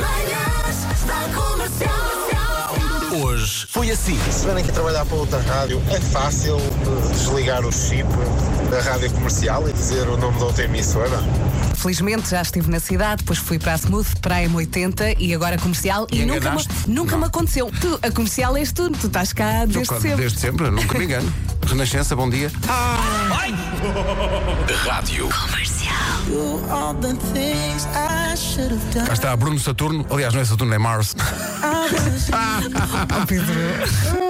Manhãs da comercial. Hoje foi assim. Se vierem aqui trabalhar para outra rádio, é fácil eh, desligar o chip da rádio comercial e dizer o nome da outra emissora. Felizmente já estive na cidade, depois fui para a Smooth, para a M80 e agora comercial e, E nunca, me, enganaste? nunca me Não. aconteceu. Tu, a comercial és tu, tu estás cá desde Claro, sempre. Desde sempre, Ah. nunca me engano. Renascença, bom dia. do all the things I should have done. Cá está Bruno Saturno. Aliás, não é Saturno, é Mars. I was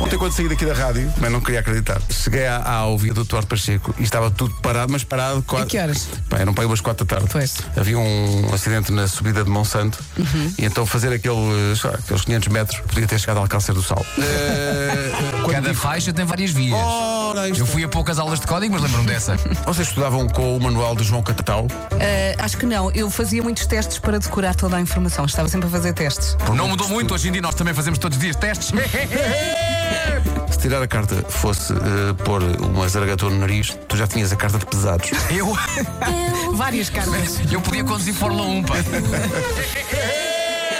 Ontem, quando saí daqui da rádio, mas não queria acreditar, cheguei à, à ouvia do Duarte Pacheco e estava tudo parado, mas parado quase. A que horas? Pá, eram para aí umas quatro da tarde. Pois. Havia um acidente na subida de Monsanto Uhum. e então fazer aquele, sei lá, aqueles 500 metros podia ter chegado ao Alcácer do Sal. Eh, quando Cada digo, faixa tem várias vias. Ora, isto Eu fui a poucas aulas de código, mas lembro-me dessa. Vocês estudavam com o manual de João Catatau? Ah, acho que não, eu fazia muitos testes para decorar toda a informação, estava sempre a fazer testes. Não mudou muito, hoje em dia nós também fazemos todos os dias testes. Se tirar a carta fosse eh, pôr uma zaragatua no nariz, tu já tinhas a carta de pesados. Eu, Várias cartas. eu podia conduzir Fórmula 1, pá.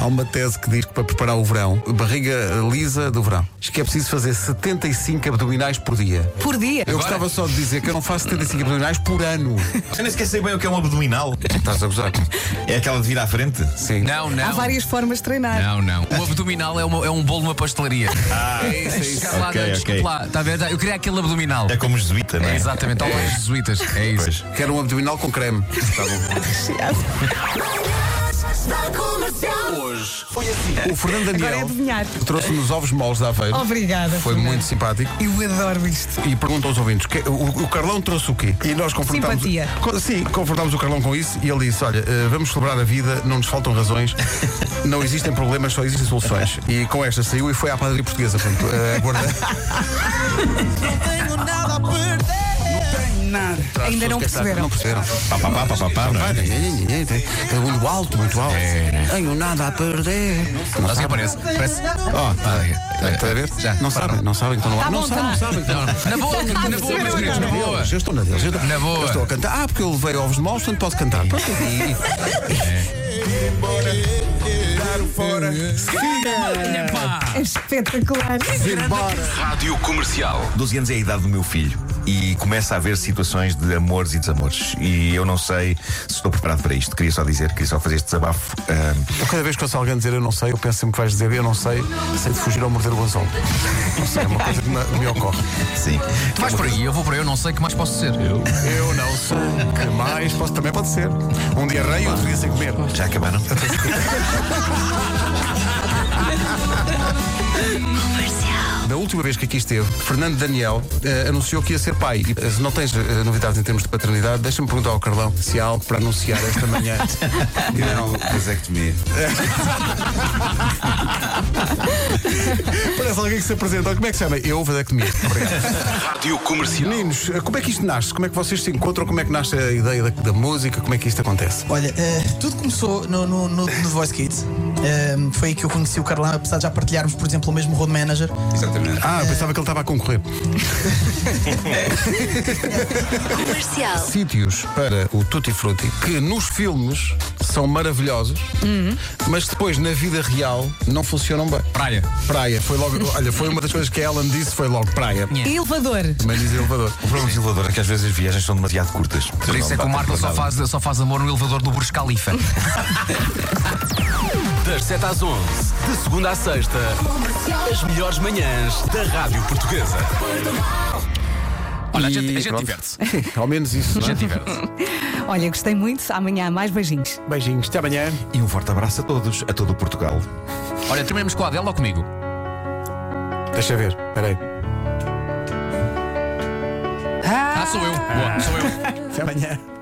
Há uma tese que diz que para preparar o verão, barriga lisa do verão, diz que é preciso fazer 75 abdominais por dia. Por dia. Eu gostava só de dizer que eu não faço 75 abdominais por ano. Eu nem sequer sei bem o que é um abdominal. Estás a gozar? É aquela de vir à frente? Sim. Não, não. Há várias formas de treinar. Não, não. O abdominal é, uma- é um bolo numa pastelaria. Ah, é isso, é isso. Chegar lá, Ok, antes, ok. lá. Tá a ver? Eu queria aquele abdominal. É como jesuíta, não É, é? exatamente, ao longe jesuítas. É isso. Pois. Quero um abdominal com creme. Tá Manhãs da comercial. O Fernando Agora é Daniel adivinhar. trouxe-nos ovos moles da Aveiro. Obrigada. Foi Fernando. muito simpático. Eu adoro isto. E pergunta aos ouvintes: que- o, o Carlão trouxe o quê? E nós confrontámos. Simpatia. Co- sim, confrontámos o Carlão com isso e ele disse: Olha, eh, vamos celebrar a vida, não nos faltam razões, não existem problemas, só existem soluções. E com esta saiu e foi à padaria portuguesa. Portanto, eh, guarda- tenho nada a perder. Ainda não perceberam. é Não perceberam. Pá, pá, pá, pá, pá, pá, não é? É muito alto, muito alto. Tenho nada a perder. Não Assim Sabe o que sabem. parece? Parece. Oh, tá Ah, aí. é, Está a ver? Já. Não sabem, não sabem que estão no ar. Tá Não bom, sabem, tá. não sabem. Não, na boa, na boa, meus queridos, na boa. Eu estou na deles. eu estou- Na boa. Eu estou a cantar. Ah, porque eu levei ovos de molos, portanto posso cantar. Pronto. Olha, pá. Ah. É espetacular. Rádio Comercial. 12 anos é a idade do meu filho e começa a haver situações de amores e desamores. E eu não sei se estou preparado para isto. Queria só dizer, queria só fazer este desabafo. Ahm, Eu Cada vez que ouço alguém dizer eu não sei, eu penso sempre que vais dizer eu não sei, sei de fugir ao morder o anzol. Não sei, é uma coisa que me, me ocorre. sim. Tu vais por aí, eu vou por aí, eu não sei o que mais posso ser. Eu. Eu não sei. Que mais? Posso, também pode ser. Um dia rei, outro dia sem comer. Já acabaram? Da última vez que aqui esteve, Fernando Daniel eh, anunciou que ia ser pai. E, eh, se não tens eh, novidades em termos de paternidade, deixa-me perguntar ao Carlão se há algo para anunciar esta manhã. Não, vasectomia. Parece alguém que se apresenta. Como é que se chama? Eu vou dar comigo. Obrigado. Rádio Comercial. Meninos, eh, como é que isto nasce? Como é que vocês se encontram? Como é que nasce a ideia da, da música? Como é que isto acontece? Olha, eh, tudo começou no, no, no, no Voice Kids. Eh, foi aí que eu conheci o Carlão, apesar de já partilharmos, por exemplo, o mesmo road manager. Exatamente. Ah, eu pensava que ele estava a concorrer. Comercial. Sítios para o Tutti Frutti que nos filmes são maravilhosos, mas depois na vida real não funcionam bem. Praia. Praia, foi logo. Olha, foi uma das coisas que a Ellen disse, foi logo praia. Elevador. Mas diz elevador. O problema do elevador é que às vezes as viagens são demasiado curtas. Por isso é que o Marco só faz, só faz amor no elevador do Burj Khalifa. Das 7 às 11, de segunda à sexta, as melhores manhãs da Rádio Portuguesa. Olha, a E gente, a gente pronto. diverte-se. Ao menos isso. não é? Olha, gostei muito. Amanhã há mais beijinhos. Beijinhos, até amanhã. E um forte abraço a todos, a todo o Portugal. Olha, terminamos com a Adela ou comigo? Deixa ver, peraí. Ah, sou eu. Boa, sou eu. Até amanhã.